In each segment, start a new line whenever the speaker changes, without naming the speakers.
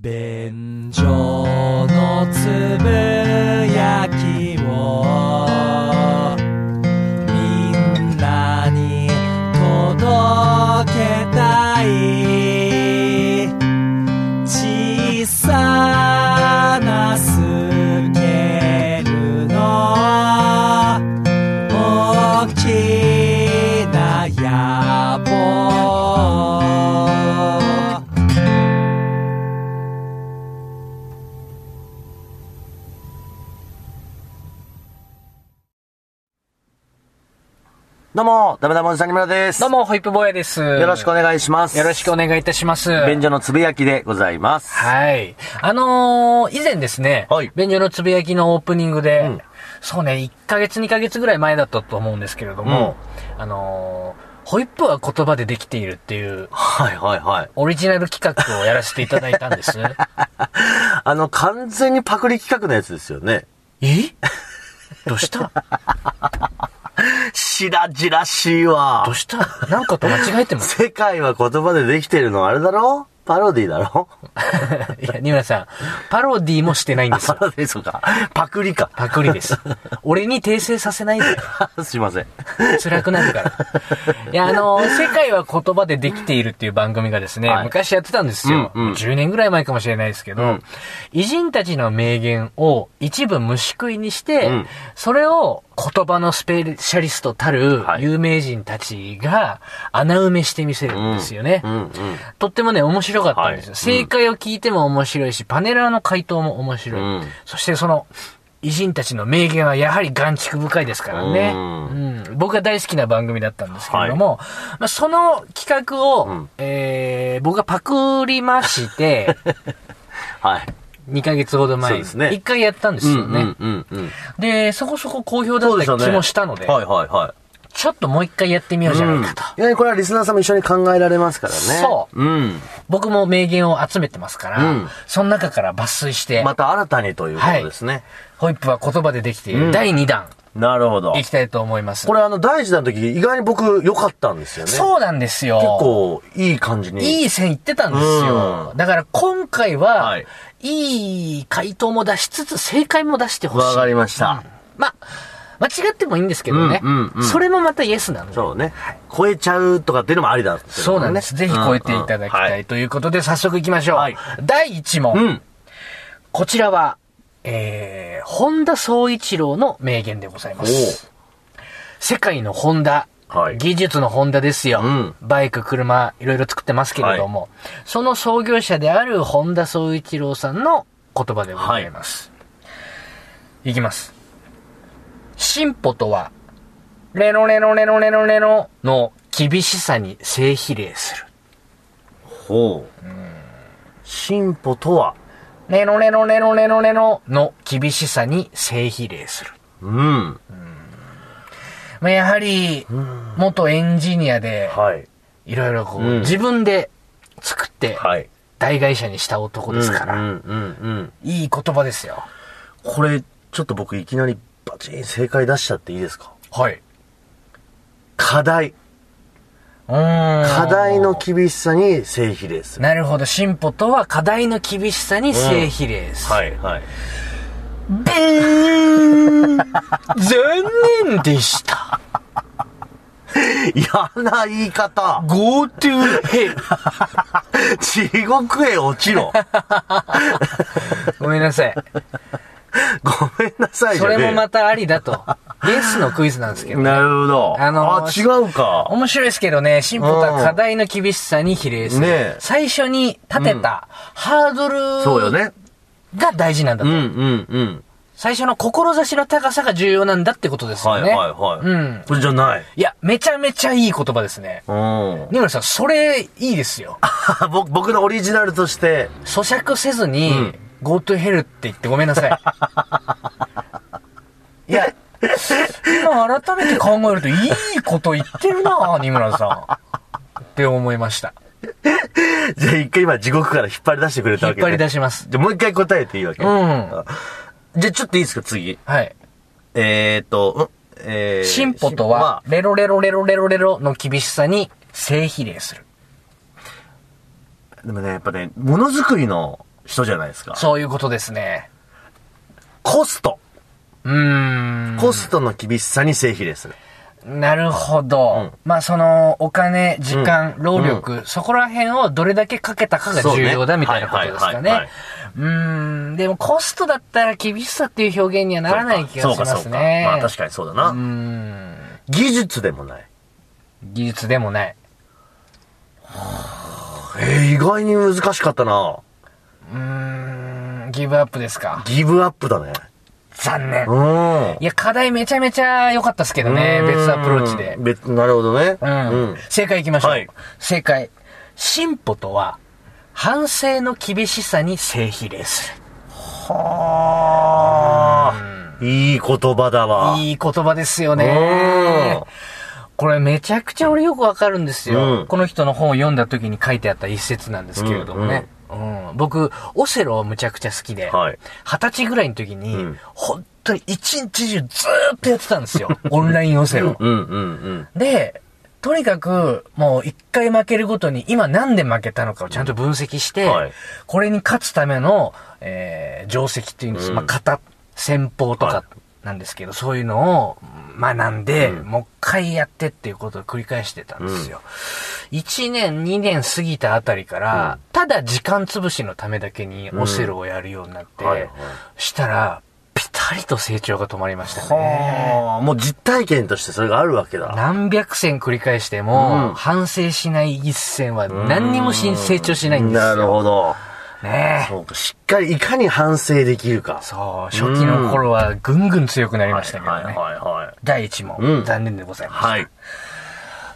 便所のつぶやきをみんなに届けたい小さなスケールの大きな野望
どうも、ダメダメおじさんにむらです。
どうも、ホイップ坊やです。
よろしくお
よ
願いします。
ろしくお
願い
願いいたします。
便所のつぶやきでございます。
はい。あのー、以前ですね、
はい
便所のつぶやきのオープニングで、
うん
そうね、1ヶ月2ヶ月ぐらい前だったと思うんですけれども、あのー、ホイップは言葉でできているっていう、
はいはいはい。
オリジナル企画をやらせていただいたん です。
あの、完全にパクリ企画のやつですよね。
えどうした
しらじらしいわ
どう。したなんかと間違え てます。
世界は言葉でできてるのあれだろパロディだろ
いや、二村さん、パロディもしてないん
あ
です
パ
よ。
ロディそうか。パクリか。
パクリです。俺に訂正させないで。
すいません。
辛くなるから。いや、あの、世界は言葉でできているっていう番組がですね、
はい
昔やってたんですよ、
うんうん
10年ぐらい前かもしれないですけど、
うん
偉人たちの名言を一部虫食いにして、
うん
それを言葉のスペシャリストたる
はい
有名人たちが穴埋めしてみせるんですよね。
うんうん。
とってもね、面白かったんですよ。
はい
正解を聞いても面白いし、パネラーの回答も面白い。
うん
そしてその、偉人たちの名言はやはり眼蓄深いですからね。
う
うん僕が大好きな番組だったんですけれども、まあ、その企画を、
ん
えー僕がパクり まして、
はい。
2ヶ月ほど前
そう
に。
ですね
1回やったんですよね。
うんうんうんうん。
で、そこそこ好評だった気もしたので、
はいはいはい。
ちょっともう一回やってみようじゃないかと。
うんいや、これはリスナーさんも一緒に考えられますからね。
そ
う。
う
うん。
僕も名言を集めてますから、
うん
その中から抜粋して、
また新たにということですね。
ホイップは言葉でできている、
うん
第2弾、
なるほど
いきたいと思います。
これあの、第一弾の時、意外に僕良かったんですよね。
そうなんですよ。
結構、いい感じに。
い
い。
い線いってたんですよ。
う
だから今回は、
はい
い、い回答も出しつつ、正解も出してほしい。
わかりました。
まあ、間違ってもいいんですけどね。
うんうんうん
それもまたイエスなので。
そうね。超えちゃうとかっていうのもありだっていう
そ
のもね
うなんです。ぜひ超えていただきたい、
うんうんはい
ということで、早速行きましょう。
はい
第1問。
うん。
こちらは、えー、本田総一郎の名言でございます。世界のホンダ、
はい
技術のホンダですよ。
うん
バイク、車、いろいろ作ってますけれども、その創業者である本田総一郎さんの言葉でございます。い、きます。進歩とは、レロレロレロレロレロの厳しさに正比例する。
ほう。進歩とは、
レロレロレロレロレロの厳しさに正比例する。
うん。
まあ、やはり、元エンジニアで、
はい。
いろいろこう、
うん
自分で作って、
はい。
大会社にした男ですから、
うんうんうん。
いい言葉ですよ。
これ、ちょっと僕いきなりバチン正解出しちゃっていいですか
はい。
課題。
うーん。
課題の厳しさに正比例する。
なるほど、進歩とは課題の厳しさに正比例です。い。
いはい。
ブーン残念でした。
嫌な言い方
GoTo hell
地獄へ落ち ろ
ごめんなさい。
ごめんなさいじ
そ
ゃね
れ
え
もまたありだと。イエスのクイズなんですけど。
なるほど。
あの
あ、違うか。
面白いですけどね、進歩とは課題の厳しさに比例する。
ねえ
最初に立てたハード
そうよ
ル
ね。
が大事なんだ
う
と。
んうんうん。
最初の志の高さが重要なんだってことです
はい
よ
はい
ね。
はい。
うん。
これじゃない。
いや、めちゃめちゃいい言葉ですね。
うん。
根村さん、それいいですよ。
僕僕のオリジナルとして、
咀嚼せずに、
うん
GoToHell って言ってごめんな さ い。いや、今改めて考えるといいこと言ってるなぁ、二村さん。って思いました。
じゃあ一回今地獄から引っ張り出してくれたわ
引っ
けね
張り出します。
じゃあもう一回答えていいわけ
うん。は
じゃあちょっといいですか、次。
い。
えーっと、うんえー
進歩とは、レロレロレロレロレロの厳しさに正比例する。
進歩はでもね、やっぱね、ものづくりの人じゃないですか。
そういうことですね。
コスト。
うーん。
コストの厳しさに正比例する。
なるほど。
うん
まあ、その、お金、時間、労力、そこら辺をどれだけかけたかが重要
そ
だ
うね
みたいなことですか
はいはいはいはい。
ねうーん。でも、コストだったら厳しさっていう表現にはならない気がし
そうか
ます
そうかまあ
ね。
確かにそうだな。
うーん。
技術でもない。
技術でもない。
えー、意外に難しかったな。
うーん。ギブアップですか。
ギブアップだね。
残念。
うん。
いや、課題めちゃめちゃ良かったですけどね。別アプローチで
うん。別、なるほどね。
うん。正解いきましょう。
はい
正解。進歩とは、反省の厳しさに正比例する。
はあ、いい言葉だわ。
いい言葉ですよ
うん
ね。これめちゃくちゃ俺よくわかるんですよ。
うん
この人の本を読んだ時に書いてあった一節なんですけれどもね。うん僕、オセロむちゃくちゃ好きで、二、
はい
十歳ぐらいの時に、
うん
本当に一日中ずーっとやってたんですよ。オンラインオセロ。
うんうん
で、とにかく、もう一回負けるごとに、今なんで負けたのかをちゃんと分析して、
はい
これに勝つための、えー、定石っていうんです。
うん
まあ、型、戦法と
は
か
い
なんですけど、そういうのを学んで、
うん
もう一回やってっていうことを繰り返してたんですよ。一年、二年過ぎたあたりから、ただ時間潰しのためだけにオセロをやるようになって、
うんはいはい
したら、ぴたりと成長が止まりました
うん。
ね。
はあ、もう実体験としてそれがあるわけだ。
何百戦繰り返しても、
うん
反省しない一戦は何にもし成長しないんですよ。
なるほど。
ねえ。
そうか、しっかりいかに反省できるか。
そう、初期の頃はぐんぐん強くなりましたけど
は
ね。
いはいはい。
第1問、
うん
残念でございます。
はい。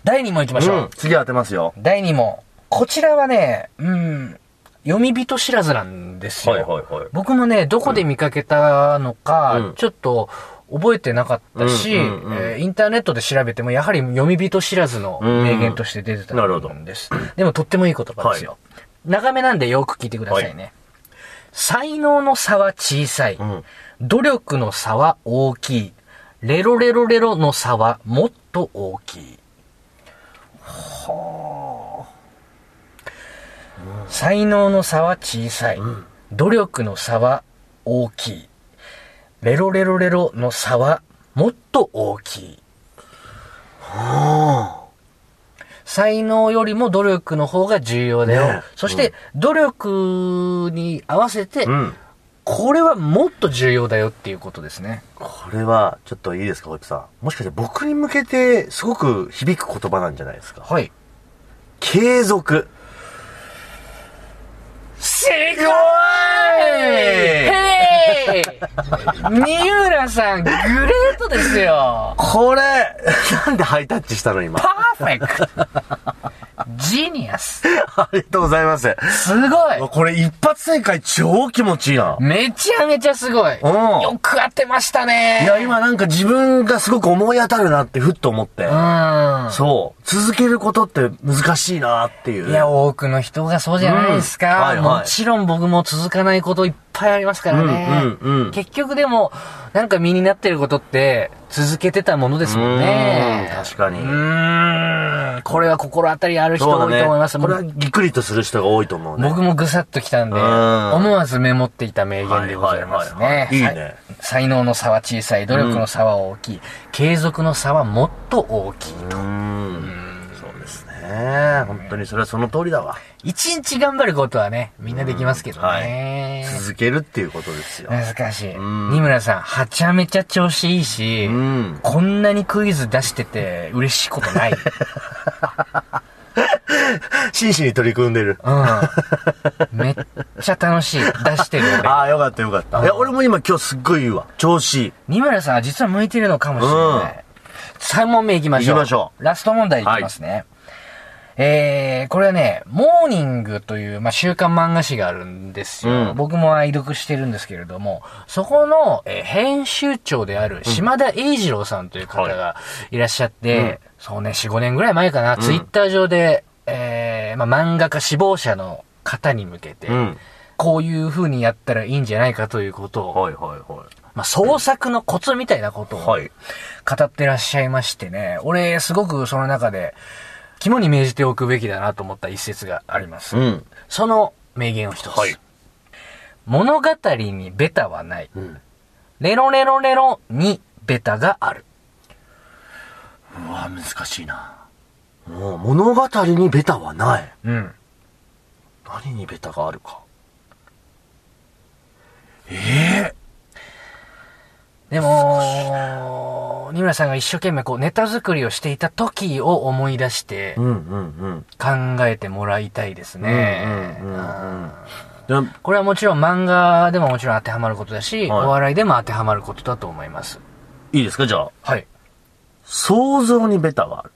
第2問いきましょう。
うん、次当てますよ。
第2問。こちらはね、うん、読み人知らずなんですよ。
いはい。
僕もね、どこで見かけたのか、
うん
ちょっと覚えてなかったし、
うんうんうん
えーインターネットで調べても、やはり読み人知らずの名言として出てた
うんなるほど
んです。でもとってもいい言葉ですよ。長めなんでよく聞いてくださいね。才能の差は小さい。
うん。
努力の差は大きい。レロレロレロの差はもっと大きい。はあ。才能の差は小さい。努力の差は大きい。レロレロレロの差はもっと大きい。才能よりも努力の方が重要だよ。
ねえ
そして、努力に合わせて、
うん。
これはもっと重要だよっていうことですね。
これは、ちょっといいですか、ホイップさん。もしかして僕に向けて、すごく響く言葉なんじゃないですか。
はい。
継続。
すごいへい三浦さん、グレートですよ
これ なんでハイタッチしたの今。
パーフェクトジニアス
ありがとうございます。
すごい
これ一発正解超気持ちいいな。
めちゃめちゃすごい
うん
よく当てましたね
いや、今なんか自分がすごく思い当たるなってふっと思って。
うん。
そう。続けることって難しいなっていう。
いや、多くの人がそうじゃないですか。
うんはいはい
もちろん僕も続かないこといっぱいありますからね。
うんうんうん
結局でも、なんか身になってることって、続けてたものですもんね。
うん確かに
うーん。これは心当たりある人
そうだ
多い
ね
と思います。
これ
も
は
う
ぎっくりとする人が多いと思うね。
僕もぐさっときたんで、
うん
思わずメモっていた名言でございます
はい
ね
は。いはいはいいいね
さ才能の差は小さい、努力の差は大きい、継続の差はもっと大きいと。
うん。そうですね。本当にそれはその通りだわ。
一日頑張ることはね、みんなできますけど
うんは
ね。
続けるっていうことですよ。
難しい。
ん
二村さん、はちゃめちゃ調子いいし、
うん
こんなにクイズ出してて嬉しいことない。
真摯に取り組んでる。
うん。めっちゃ楽しい。出してる俺。
ああ、よかったよかった。いや、俺も今今日すっごいいいわ。調子いい。
二村さんは実は向いてるのかもしれない。三問目いきましょう。
行きましょ
ラスト問題いきますね。えー、これはね、モーニングという、まあ、週刊漫画誌があるんですよ。
うん
僕も愛読してるんですけれども、そこの、えー編集長である島田英二郎さんという方がいらっしゃって、
うん
そうね、4、5年ぐらい前かな、ツイッター上で、えー、まあ、漫画家志望者の方に向けて、
うん
こういう風にやったらいいんじゃないかということを、
いはいはい。
まあ、創作のコツみたいなことを
はい
語ってらっしゃいましてね、俺すごくその中で肝に銘じておくべきだなと思った一節があります。
うん。
その名言を一つ。
はい
物語にベタはない。
うん。
レロレロレロにベタがある。
うわ、難しいな。
もう物語にベタはない。
うん。
何にベタがあるか。
でも、二村さんが一生懸命こうネタ作りをしていた時を思い出して
うんうん
考えてもらいたいです
うん。
ね。
うんうんうんうん。
これはもちろん漫画でももちろん当てはまることだ
は
し、
い
お笑いでも当てはまることだと思います。
いいですかじゃあ、
はい。
想像にベタはある。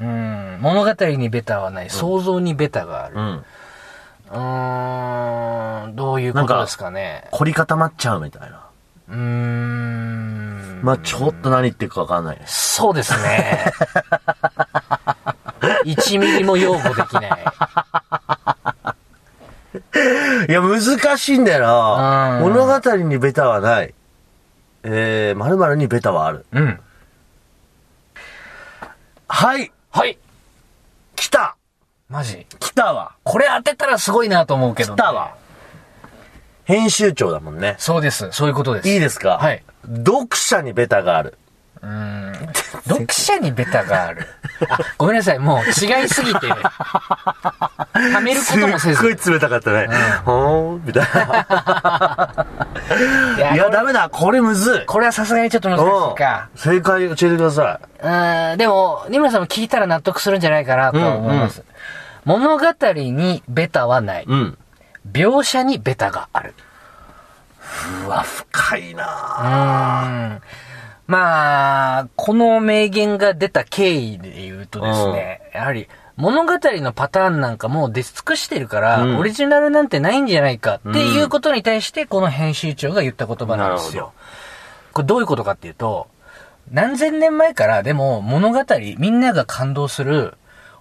うん。物語にベタはない。想像にベタがある。
ん。
うーん。どういうことですかね。
凝り固まっちゃうみたいな。
うーん。
まあちょっと何言ってるかわかんないです。
そうです ね。1ミリも擁護できない。
いや、難しいんだよな。
うん
物語にベタはない。えー、〇〇にベタはある。
うん。
はい
はい。
来た
マジ。
来たわ
これ当てたらすごいなと思うけど、ね。
来たわ。編集長だもんね。
そうです。そういうことです。
いいですか
はい。
読者にベタがある。
うーん。読者にベタがあ る。あ、ごめんなさい。もう違いすぎて。ためることも
す
せ
っごい
ず。
冷たかったね。ほーん、みたいな。
い や
いや、
これ
ダメだ、これむずい。
これはさすがにちょっと難しいか。
うん正解教えてください。
うーん。でも、二村さんも聞いたら納得するんじゃないかなと思います。物語にベタはない。
うん。
描写にベタがある。
うわ、深いなぁ
うーんまあ、この名言が出た経緯で言うとですね、やはり物語のパターンなんかもう出尽くしてるから、
うん
オリジナルなんてないんじゃないかっていうことに対して、この編集長が言った言葉なんです
なる
よ。これどういうことかっていうと、何千年前からでも物語、みんなが感動する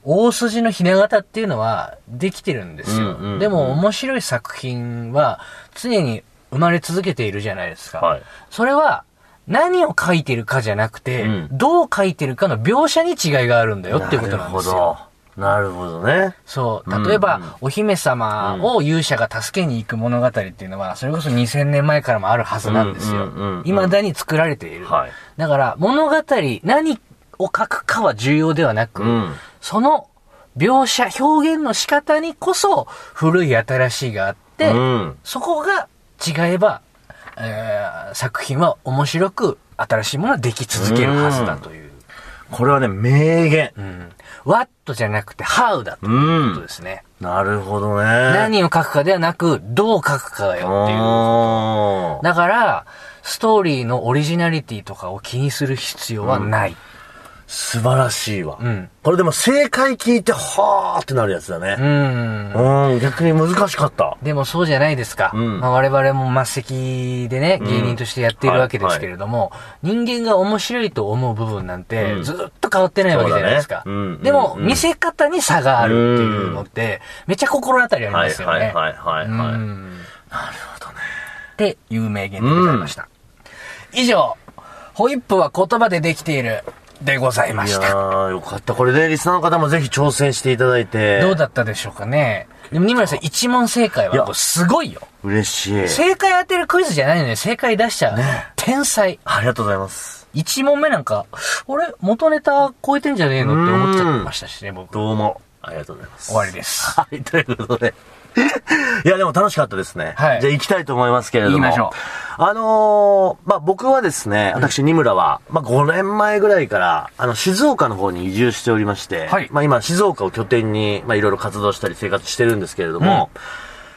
大筋のひな形っていうのはできてるんですよ。
うんうんうん
でも面白い作品は常に生まれ続けているじゃないですか。
はい
それは何を書いてるかじゃなくて、
うん
どう書いてるかの描写に違いがあるんだよっていうことなんですよ。
なるほど。なるほどね。
そう。例えば、
うんうん
お姫様を勇者が助けに行く物語っていうのは、それこそ2000年前からもあるはずなんです
う
よ
んうんうんうん。
未だに作られている。
はい
だから、物語、何を書くかは重要ではなく、
うん
その描写、表現の仕方にこそ、古い新しいがあって、
うん。
そこが違えば、えー作品は面白く新しいものはでき続けるはずだという。
これはね、名言。
うん。what じゃなくて how だといううこと
ん
で。すね。
なるほどね。
何を書くかではなく、どう書くかだよっていう。
あー
だから、ストーリーのオリジナリティとかを気にする必要はない。
素晴らしいわ。
うん
これでも正解聞いて、はーってなるやつだ
う
ね。
ん。
うん、逆に難しかった。
でもそうじゃないですか。
うん
まあ、我々も末席でね、芸人としてやっているわけですけれども、人間が面白いと思う部分なんて、
うん
ずっと変わってないわけじゃないですか。
そうだねうん
でも、
うん
見せ方に差があるっていうのって、めっちゃ心当たりありますよね。
いは
なるほどね。っていう名言でございました。以上、ホイップは言葉でできているでございま
い
し
や
た。
ー、よかった。これね、リスナーの方もぜひ挑戦していただいて。
どうだったでしょうかね。でも、二村さん、一問正解
いや
は、これすごいよ。
嬉しい。
正解当てるクイズじゃないのに正解出しちゃう。天才。
ありがとうございます。
一問目なんか、俺、元ネタ超えてんじゃねえのって思っちゃいましたしね、僕。
どうも。ありがとうございます。
終わりです。
はい、ということで。 いや、でも楽しかったですね。
はい
じゃあ行きたいと思いますけれども。
行きましょ
う。あのーまあ、僕はですね、私、二村は、まあ、5年前ぐらいから、あの、静岡の方に移住しておりまして、
はい
まあ、今、静岡を拠点に、まあ、いろいろ活動したり生活してるんですけれども、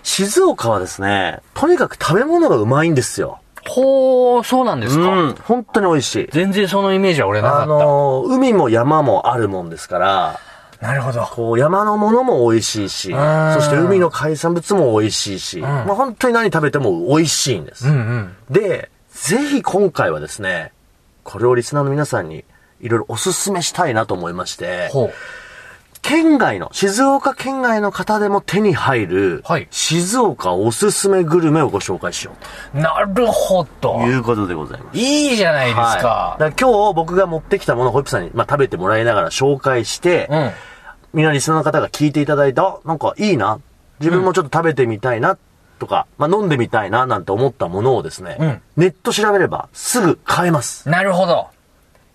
静岡はですね、とにかく食べ物がうまいんですよ。
ほー、そうなんですか。
うん、本当に美味しい。
全然そのイメージは俺なか
あ
った。
のー海も山もあるもんですから、
なるほど。
こう、山のものも美味しいし、
ん
そして海の海産物も美味しいし、まあ本当に何食べても美味しいんです。
うんうん。
で、ぜひ今回はですね、これをリスナーの皆さんにいろいろおすすめしたいなと思いまして、
ほう。
県外の、静岡県外の方でも手に入る、
はい
静岡おすすめグルメをご紹介しよう
なるほど
と。いうことでございます。
いいじゃないです
は
か
い。だから今日僕が持ってきたものをホイップさんに、まあ、食べてもらいながら紹介して、
うん。
みんなリスナーの方が聞いていただいた、あなんかいいな。自分もちょっと食べてみたいな。とか、まあ、飲んでみたいななんて思ったものをですね、
うん
ネット調べればすぐ買えます。
なるほど。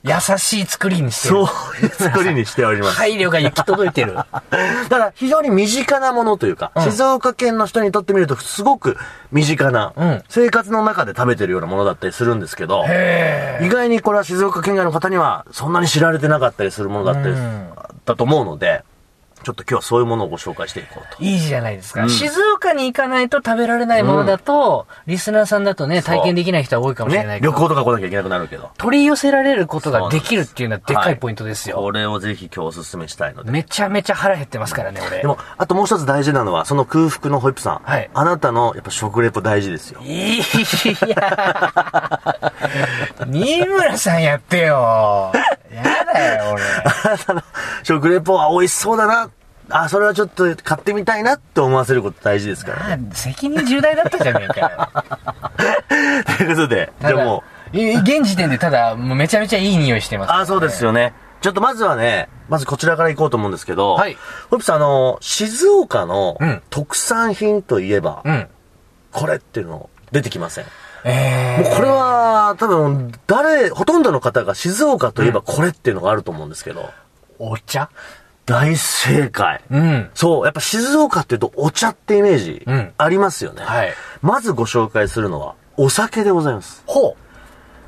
優しい作りにして
そう
る。
いう作りにしております。
配慮が行き届いてる。
ただ、非常に身近なものというか、
ん
静岡県の人にとってみると、すごく身近な、
うん
生活の中で食べてるようなものだったりするんですけど、意外にこれは静岡県外の方には、そんなに知られてなかったりするものだったり、
うん
だと思うので、ちょっと今日はそういうものをご紹介していこうと。
いいじゃないですか。
うん
静岡に行かないと食べられないものだと、リスナーさんだとね、
そう
体験できない人は多いかもしれな
ね
い、けど、
旅行とか来なきゃいけなくなるけど。
取り寄せられることができるっていうのはでかいポイントですよ。
これをぜひ今日おすすめしたいので。
めちゃめちゃ腹減ってますからね、俺。
でも、あともう一つ大事なのは、その空腹のホイップさん。
はい
あなたの、やっぱ食レポ大事ですよ。
いや新村さんやってよ。やだよ、
食レポは美味しそうだな。あ、それはちょっと買ってみたいなって思わせること大事ですから。
俺。責任重大だったじゃねえかよ。
ということで、じ
た
ゃあ
だ
もう、
い現時点でただ、もうめちゃめちゃいい匂いしてます。
あ、そうですよね。ちょっとまずはね、まずこちらから行こうと思うんですけど、
はい
ホイップさん、あの、静岡の
うん
特産品といえば、
うん。
これっていうの出てきません。
えー、
もうこれは、多分、誰、ほとんどの方が静岡といえばこれっていうのがあると思うんですけど、
お茶
大正解。
うん。
そう、やっぱ静岡っていうとお茶ってイメージ
うん
ありますよね。
はい
まずご紹介するのはお酒でございます。
ほ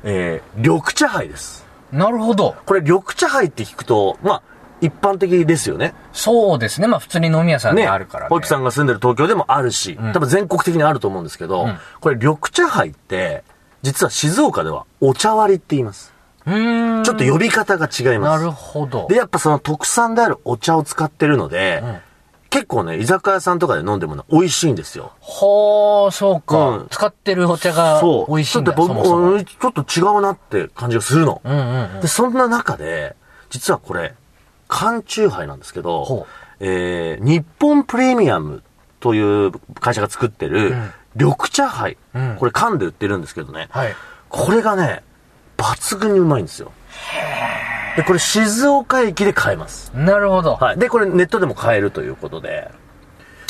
えー、緑茶杯です。
う。なるほど。
これ緑茶杯って聞くと、まあ、一般的ですよね。
そうですね。まあ普通に飲み屋さんであるからね。
ホイップさんが住んでる東京でもあるし、多分全国的にあると思うんですけど、
ん
これ緑茶杯って、実は静岡ではお茶割りって言います。
うーん。
ちょっと呼び方が違い
な
ます。
るほど
で、。やっぱその特産であるお茶を使ってるので、結構ね、居酒屋さんとかで飲んでもね、美味しいんですよ。
ほー、そうか、
うん
使ってるお茶が
そう。
美味しいんだ、
ちょっ
そ
と
も
僕
そも。
うんちょっと違うなって感じがするの。
うんうんうん。
で、そんな中で、実はこれ、缶チューハイなんですけど
ほ、
えー、日本プレミアムという会社が作ってる
ん
緑茶杯
うん。
これ缶で売ってるんですけどね。
はい。
これがね、抜群にうまいんですよ。で、これ静岡駅で買えます。
なるほど。
はい。で、これネットでも買えるということで。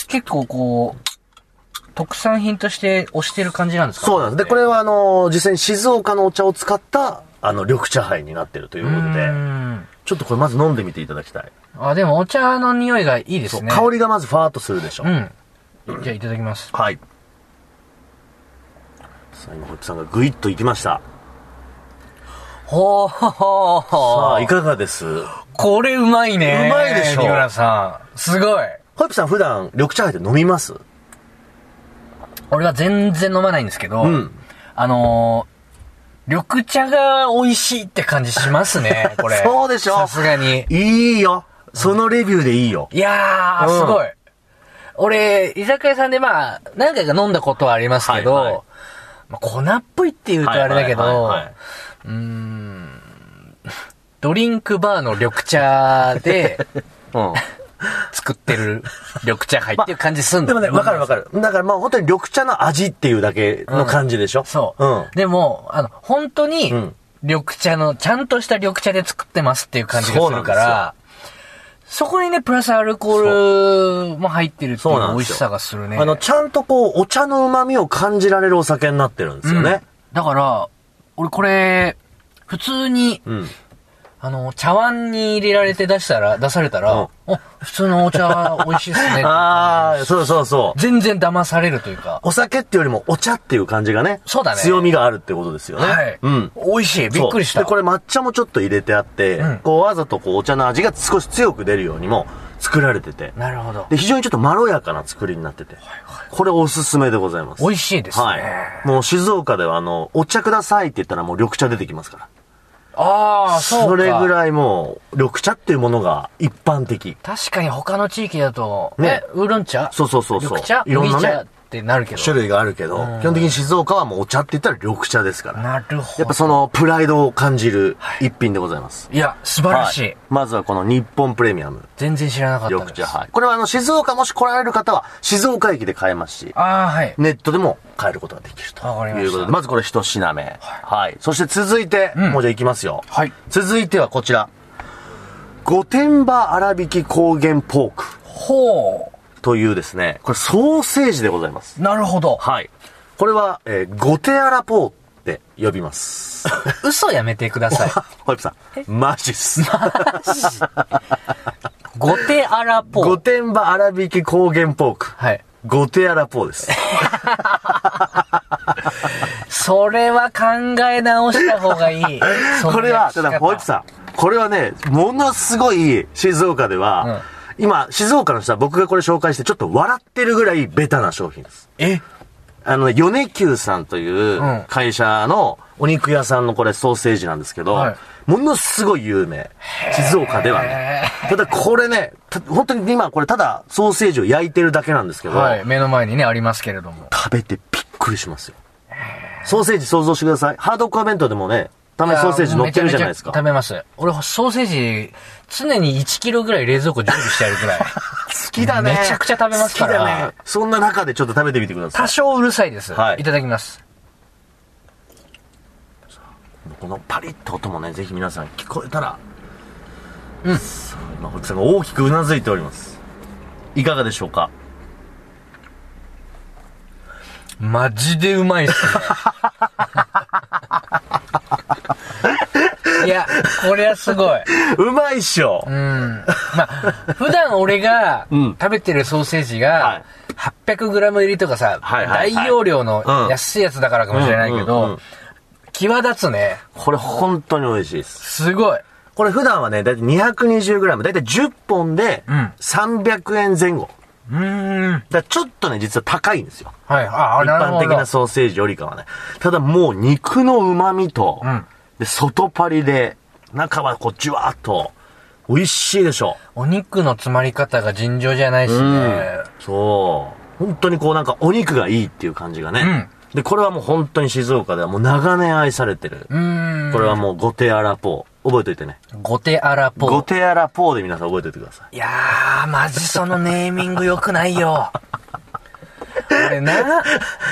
結構こう、特産品として推してる感じなんですか
そうなんです。で、これはあのー実際に静岡のお茶を使った、あの、緑茶杯になってるという
う
ことで。
ーん。
ちょっとこれまず飲んでみていただきたい。
あ、でもお茶の匂いがいいで
そう、
すね。
香りがまずファーっとするでしょ。
うん。じゃあいただきます。
はい。さあ、今、ホイップさんがぐいっと行きました。
ほーほー
さ
ほ
あ、い
ー。
かがですホイ
これうまいね。
うまいでしょ
三浦さん。すごい。
ップさん普段、緑茶入って飲みます
俺は全然飲まないんですけど、
うん
あのー、緑茶が美味しいって感じします ね、これ。
そうでしょ
さすがに。
いいよそのレビューでいいよ、
いやー、
うん
すごい。俺、居酒屋さんでまあ、何回か飲んだことはありますけど、
はいはい
まあ、粉っぽいって言うとあれだけど、
はいはいはいはいう
ーん、ドリンクバーの緑茶で作ってる緑茶入っていう感じすんの。
でもね、わかるわかる。だからまあ本当に緑茶の味っていうだけの感じでしょ、
そう。
うん。
でも、あの、本当に
ん、
緑茶の、ちゃんとした緑茶で作ってますっていう感じがするから、そこにね、プラスアルコールも入ってるってい
そう
う
なんで
美味
す
し
よ
さがするね。
あの、ちゃんとこう、お茶の旨味を感じられるお酒になってるんですよね。
うんだから、俺これ、普通に、
うん。
あの、茶碗に入れられて出したら、出されたら、お、普通のお茶美味しいっすねっていう 感
ああ、そうそうそう
じ。。全然騙されるというか、
お酒っていうよりもお茶っていう感じがね。
そうだね
強みがあるってことですよね。
はい。
うん。
美味しい。びっくりし
そうで、
た。
これ抹茶もちょっと入れてあって、
うん
こうわざとこうお茶の味が少し強く出るようにも作られてて。
なるほど。
で、非常にちょっとまろやかな作りになってて。これおすすめでございます。
美味しいですね。
はい。もう静岡ではあの、お茶くださいって言ったらもう緑茶出てきますから。
ああ、そうか。
それぐらいもう、緑茶っていうものが一般的。
確かに他の地域だと、
ね
ね、ウーロン茶
そうそうそうそう。
緑茶
いろんな
麦茶っ
ね、
てなるけど。
種類があるけど、基本的に静岡はもうお茶って言ったら緑茶ですから。
なるほど。
やっぱそのプライドを感じる一品でございます。
いや、素晴らしい。
はいまずはこの日本プレミアム
全然知らなかったです。
緑茶杯。これはあの静岡もし来られる方は静岡駅で買えますし、
ああ、はい。
ネットでも買えることができると。
わかりました
いうことで、まずこれ一品目。はい。そして続いて、
ん
もうじゃあ行きますよ。
はい。
続いてはこちら。御殿場粗挽き高原ポーク。
ほう。
というですね、これソーセージでございます。
なるほど。
はい。これは、えー、ゴテアラポーって呼びます。
嘘やめてくだ さい。
ホイップさん、マジっ す。
ゴテアラポ
御
ー。
殿場粗挽き高原ポーク。
はい。
ゴテアラポーです。
それは考え直した方がいい。その
これは、
やり
た
方
だ、ホイップさん、これはね、ものすごい静岡では、今、静岡の人は僕がこれ紹介してちょっと笑ってるぐらいベタな商品です。
え
あのね、米久さんとい
ん
う会社のお肉屋さんのこれソーセージなんですけど、
はい
ものすごい有名。静岡ではね。ただこれね、た本当に今これただソーセージを焼いてるだけなんですけど、
はい。目の前にね、ありますけれども。
食べてびっくりしますよ。ソーセージ想像してください。ハードコア弁当でもね、たまにソーセージ乗ってるじゃないですか
や。めちゃめちゃ食べます。俺、ソーセージ、常に1キロぐらい冷蔵庫準備してある ぐらい。
好きだね。
めちゃくちゃ食べますから
好きだね。そんな中でちょっと食べてみてくださ
多
い。
少うるさいです。
はい
いただきます。
このパリッと音もね、ぜひ皆さん聞こえたら。うん。さあ、今、堀さんが大きくうなずいております。いかがでしょうか
マジでうまいっす ね。いや、これはすごい。
うまいっしょ、
うん。まあ、普段俺が
ん
食べてるソーセージ
はい、
が 800g 入りとかさ、
はいはいはい
大容量の
うん
安いやつだからかもしれないけど、
うんうんうん
際立つね。
これ本当に美味しいです。
すごい。
これ普段はね、だいたい 220g、だいたい10本で
ん
300円前後。
うー
だ
ん。
からちょっとね、実は高いんですよ。
はい。あ、あ
一般的なソーセージよりかはね。ただもう肉の旨味と、
ん
で、外パリで、中はこう、じゅわーっと、美味しいでしょ
お肉の詰まり方が尋常じゃないしね。
そう。本当にこうなんかお肉がいいっていう感じがね。
ん
で、これはもう本当に静岡ではもう長年愛されてる。
うーん。
これはもうゴテアラポー。覚えといてね。
ゴテアラポ
ゴ
ー。
テアラポーで皆さん覚えておいてください。
いやー、マジそのネーミング良くないよ。俺、な、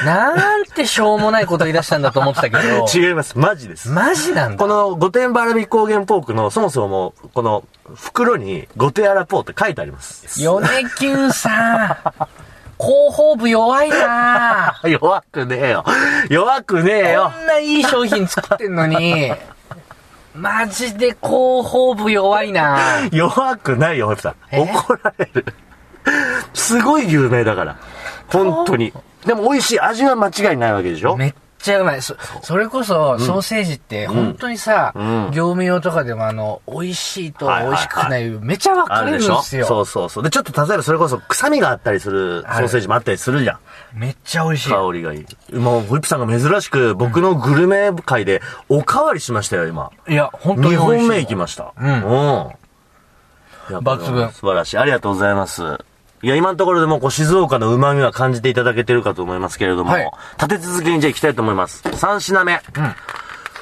なんてしょうもないこと言い出したんだと思ってたけど、
違います。マジです。
マジなんだ
こ。の御殿場アラビ高原ポークのそもそもこの袋にゴテアラポーって書いてあります。
米久さん、広報部弱いな
弱くねえよ。弱くねえ
こ
よ。
んないい商品作ってんのに、マジで広報部弱いな
弱くないよ、ホイップさん。
え
怒られる。すごい有名だから。本当に。でも美味しい。味は間違いないわけでしょ
めっちゃうまい。そ、それこそ、ソーセージって、本当にさ、
うん
業務用とかでもあの、美味しいと美
はいはいはい
味しくない、めちゃ分か
あ
れ
る
る
で
ん
しょ
です
そ
よ。
うそうそう。で、ちょっと例えばそれこそ臭みがあったりするソ
はい
ーセージもあったりするじゃん。
めっちゃ美味しい。
香りがいい。もう、ホイップさんが珍しく僕のグルメ会でおかわりしましたよ、今。
いや、本当
2
に美味しい。
本目行きました。
うん
うん。いや
抜群
素晴らしい。ありがとうございます。いや、今のところでもうこう静岡の旨味は感じていただけてるかと思いますけれども、
はい
立て続けにじゃあ行きたいと思います。3品目。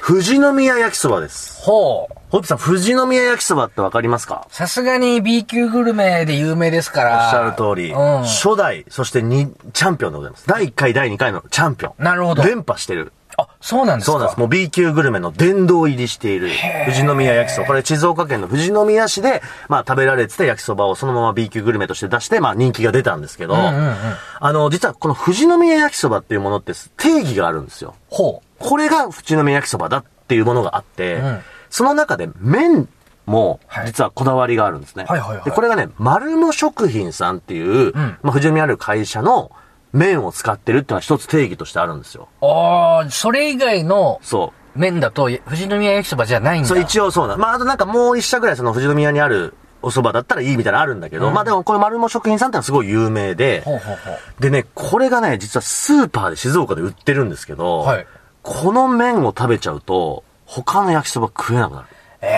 富士宮焼きそばです。
ほう。
ホイップさん、富士宮焼きそばってわかりますか
さすがに B 級グルメで有名ですから。
おっしゃる通り、
う
初代、そしてにチャンピオンでございます。第1回、第2回のチャンピオン。
なるほど
連覇してる。
ん。あ、そうなんですか
そうなんです。もう B 級グルメの殿堂入りしている、富士宮焼きそば。これ静岡県の富士宮市で、まあ食べられてた焼きそばをそのまま B 級グルメとして出して、まあ人気が出たんですけど、あの、実はこの富士宮焼きそばっていうものって定義があるんですよ。
ほう。
これが富士宮焼きそばだっていうものがあって、
ん
その中で麺も
はい
実はこだわりがあるんですね。
はいはいはい
でこれがね、丸も食品さんっていう、まあ、富士宮ある会社の麺を使ってるっていうのは一つ定義としてあるんですよ。
あー、それ以外の
そ
麺だと、富士宮焼きそばじゃないん
う。
だ。
それ一応そうな。まあ、あとなんかもう一社ぐらいその富士宮にあるお蕎麦だったらいいみたいなのあるんだけど、まあでもこれ丸も食品さんってのはすごい有名で、
ほうほうほう。
でね、これがね、実はスーパーで静岡で売ってるんですけど、
はい
この麺を食べちゃうと、他の焼きそば食えなくなる。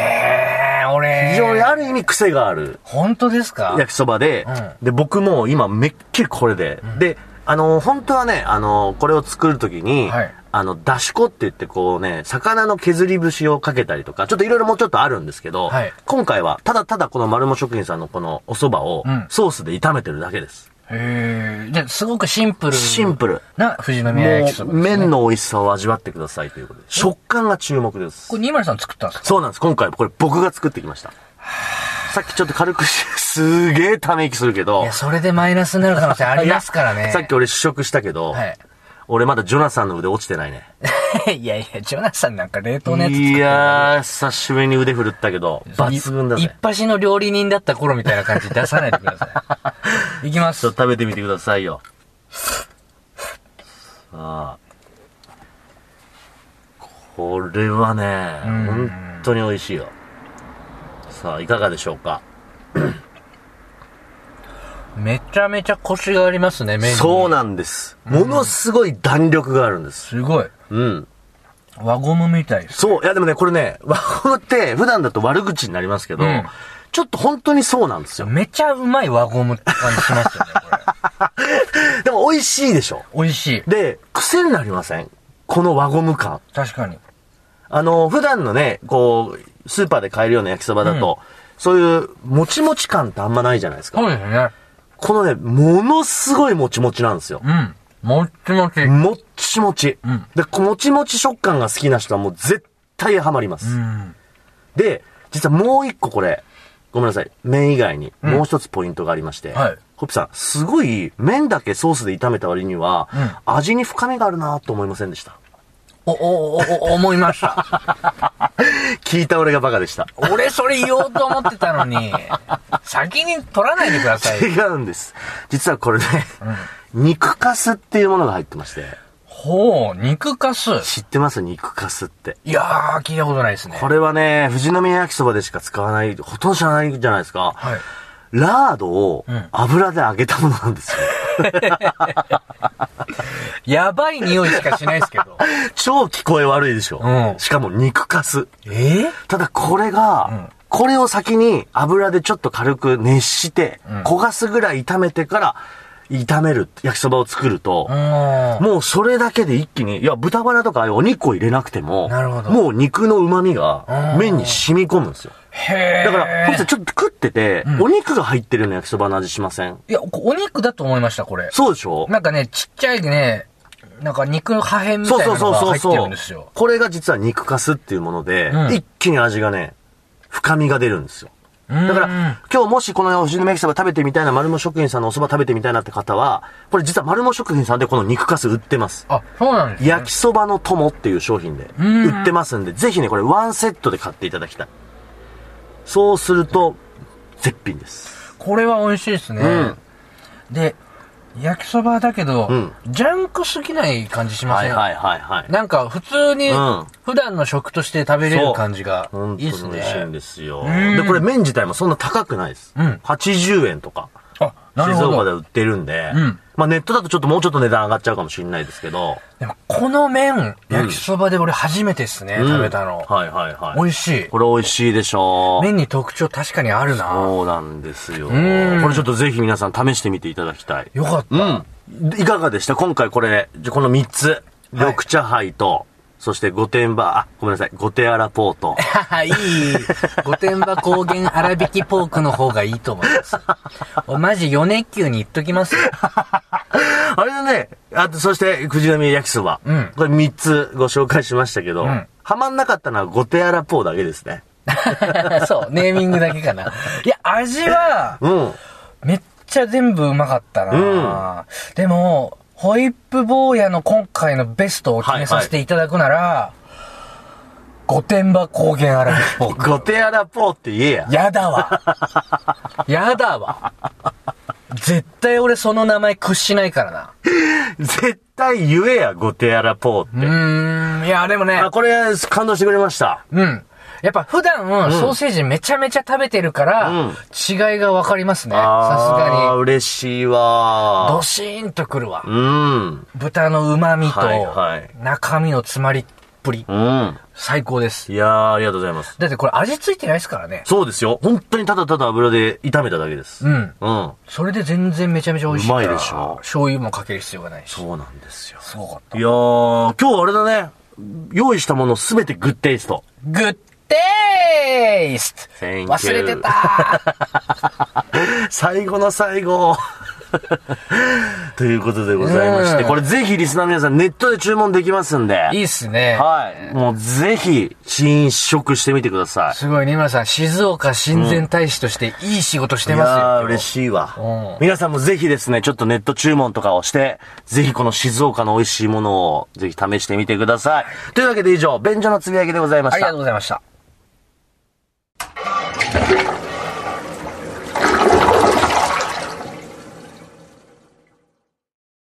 えー、俺。
非常にある意味癖がある
本当ですか
焼きそばで、
う
で、僕も今めっきりこれで、で、あの、本当はね、あの、これを作るときに、
はい
あの、だし粉って言ってこうね、魚の削り節をかけたりとか、ちょっといろいろもうちょっとあるんですけど、
はい
今回はただただこの丸も食品さんのこのお蕎麦を
うん
ソースで炒めてるだけです。
へえ。じゃあ、すごくシンプル。
シンプル。
な、富士
も
宮焼きそうばですね、
麺の美味しさを味わってくださいということで、食感が注目です
こ。れ、二丸さん作ったんですか
そうなんです。今回これ僕が作ってきました。さっきちょっと軽くし、すげえため息するけど
いや、、それでマイナスになる可能性ありますから ね。
さっき俺試食したけど、
はい。
俺まだジョナサンの腕落ちてないね。
いやいや、ジョナサンなんか冷凍のやつ作って
い
る
やー、久しぶりに腕振るったけど、抜群だ
い一
ぜ。
発の料理人だった頃みたいな感じ出さないでくださ い。いきま
ちょ
す
っ。と食べてみてくださいよ。ああ。これはね、
ん
本当に美味しいよ。さあ、いかがでしょうか
めちゃめちゃコシがありますね、麺に。
そうなんです。ものすごい弾力があるんです。
すごい。
うん。
輪ゴムみたいです。
そう。いや、でもね、これね、和風って普段だと悪口になりますけど、
うん
ちょっと本当にそうなんですよ。
めちゃうまい輪ゴムって感じしますよね、こ
でも美味しいでしょ。
れ。美味しい。
で、癖になりませんこの輪ゴム感。
確かに。
あの、普段のね、こう、スーパーで買えるような焼きそばだと、そういう、もちもち感ってあんまないじゃないですか。
そうですね。
このね、ものすごいもちもちなんですよ。
うん。もっちもち。
もっちもち。
ん
で、こもちもち食感が好きな人はもう絶対ハマります。
うん。
で、実はもう一個これ、ごめんなさい。麺以外に、もう一つポイントがありまして。
はい
ホップさん、すごい、麺だけソースで炒めた割には、味に深みがあるなと思いませんでした。
お、お、お、お思いました。
聞いた俺がバカでした。
俺それ言おうと思ってたのに、先に取らないでください。
違うんです。実はこれね、肉かすっていうものが入ってまして。
ほう、肉かす。
知ってます肉かすって。
いやー、聞いたことないですね。
これはね、富士宮焼きそばでしか使わない、ほとんど知らないじゃないですか。
はい。
ラードを
うん
油で揚げたものなんですよ。
やばい匂いしかしないですけ ど。
超聞こえ悪いでしょ。
うん
しかも肉かす。
え
ただこれが、
うん
これを先に油でちょっと軽く熱して、焦がすぐらい炒めてから、炒める、焼きそばを作ると、
うん。
もうそれだけで一気に、いや、豚バラとかああいうお肉を入れなくても、
なるほど
もう肉の旨味が
うん
麺に染み込むんですよ。
へ
だ
ー。
から、ほんとちょっと食ってて、お肉が入ってるような焼きそばの味しません
いや、こお肉だと思いました、これ。
そうでしょ
なんかね、ちっちゃいね、なんか肉の破片みた
そ
い
うそう
な
そ
の
う
が
そう
入って
そ
る
うん
ですよ。
これが実は肉かすっていうもので、
うん
一気に味がね、深みが出るんですよ。だ
だ
から、今日もしこの星野焼きそば食べてみたいな、丸も食品さんのお蕎麦食べてみたいなって方は、これ実は丸も食品さんでこの肉かす売ってます。
あ、そうなんですね
焼きそばの友っていう商品で
うん
売ってますんで、ぜひね、これワンセットで買っていただきたい。そうすると、絶品です。
これは美味しいですね。
うん
で、焼きそばだけど、
うん
ジャンクすぎない感じしま
は
せ
い
ん、
はいはいはい。
なんか普通に
うん、
普段の食として食べれる感じが
本、当
いい
に
で
美
す
味しいん
ね。
ですよ。
ん
で、これ麺自体もそんな高くないです。
うん
80円とか、
あ、な
静
るほ
岡で
ど。
売ってるんで、
うん
まあネットだとちょっともうちょっと値段上がっちゃうかもしれないですけど、
でもこの麺、焼きそばで俺初めてですね、
うん
食べたの。
はいはいはい。
美味しい。
これ美味しいでしょう。
麺に特徴確かにあるな。
そうなんですよ。こ
ん
れちょっとぜひ皆さん試してみていただきたい。
よかった。
うん。でいかがでした今回これ、じゃこの3つ。緑茶杯と、そして御殿場、あ、ごめんなさい、御手荒ポー ト。
はい。御殿場高原粗挽きポークの方がいいと思います。おマジ米年級に言っときますよ。
あれだね、あと、そして、くじのみ焼きそば。
うん
これ3つご紹介しましたけど、
ん
ハマんなかったのは御手荒ポーだけですね。
そう、ネーミングだけかな。いや、味は、
うん。
めっちゃ全部うまかったな、でも、ホイップ坊やの今回のベストを決めさせていただくなら、御殿場高原荒引ポーク。
御手荒ポーって言えや。
やだわ。やだわ。絶対俺その名前屈しないからな。
絶対言えや、御手荒ポーって。
うーん、いや、でもね。
あ、これ、感動してくれました。
うん。やっぱ普段、ソーセージめちゃめちゃ食べてるから、
うん
違いがわかりますね。さす
あー
がに。
嬉しい
ド
わ
シーンとくるわ。
ー。うん。
豚の旨味と
はいはい、
中身の詰まりっぷり。
うん。
最高です。
いやー、ありがとうございます。
だってこれ味ついてないですからね。
そうですよ。本当にただただ油で炒めただけです。
う
うん。
ん。それで全然めちゃめちゃ美味しいから。
うまいでしょ
醤油もかける必要がないし。
そうなんですよ。
すごかった。
いやー、今日あれだね。用意したものすべてグッテイスト。
グッデイス ト
Thank you
忘れてた
最後の最後。 ということでございまして、
うん
これぜひリスナーの皆さんネットで注文できますんで。
いいっすね。
はい。もうぜひ、試食してみてください。
すごいね、今さん、静岡親善大使としていい仕事してますよ。
いやー嬉しいわ、
うん
皆さんもぜひですね、ちょっとネット注文とかをして、ぜひこの静岡の美味しいものをぜひ試してみてください。というわけで以上、便所のつぶやきでございました。
ありがとうございました。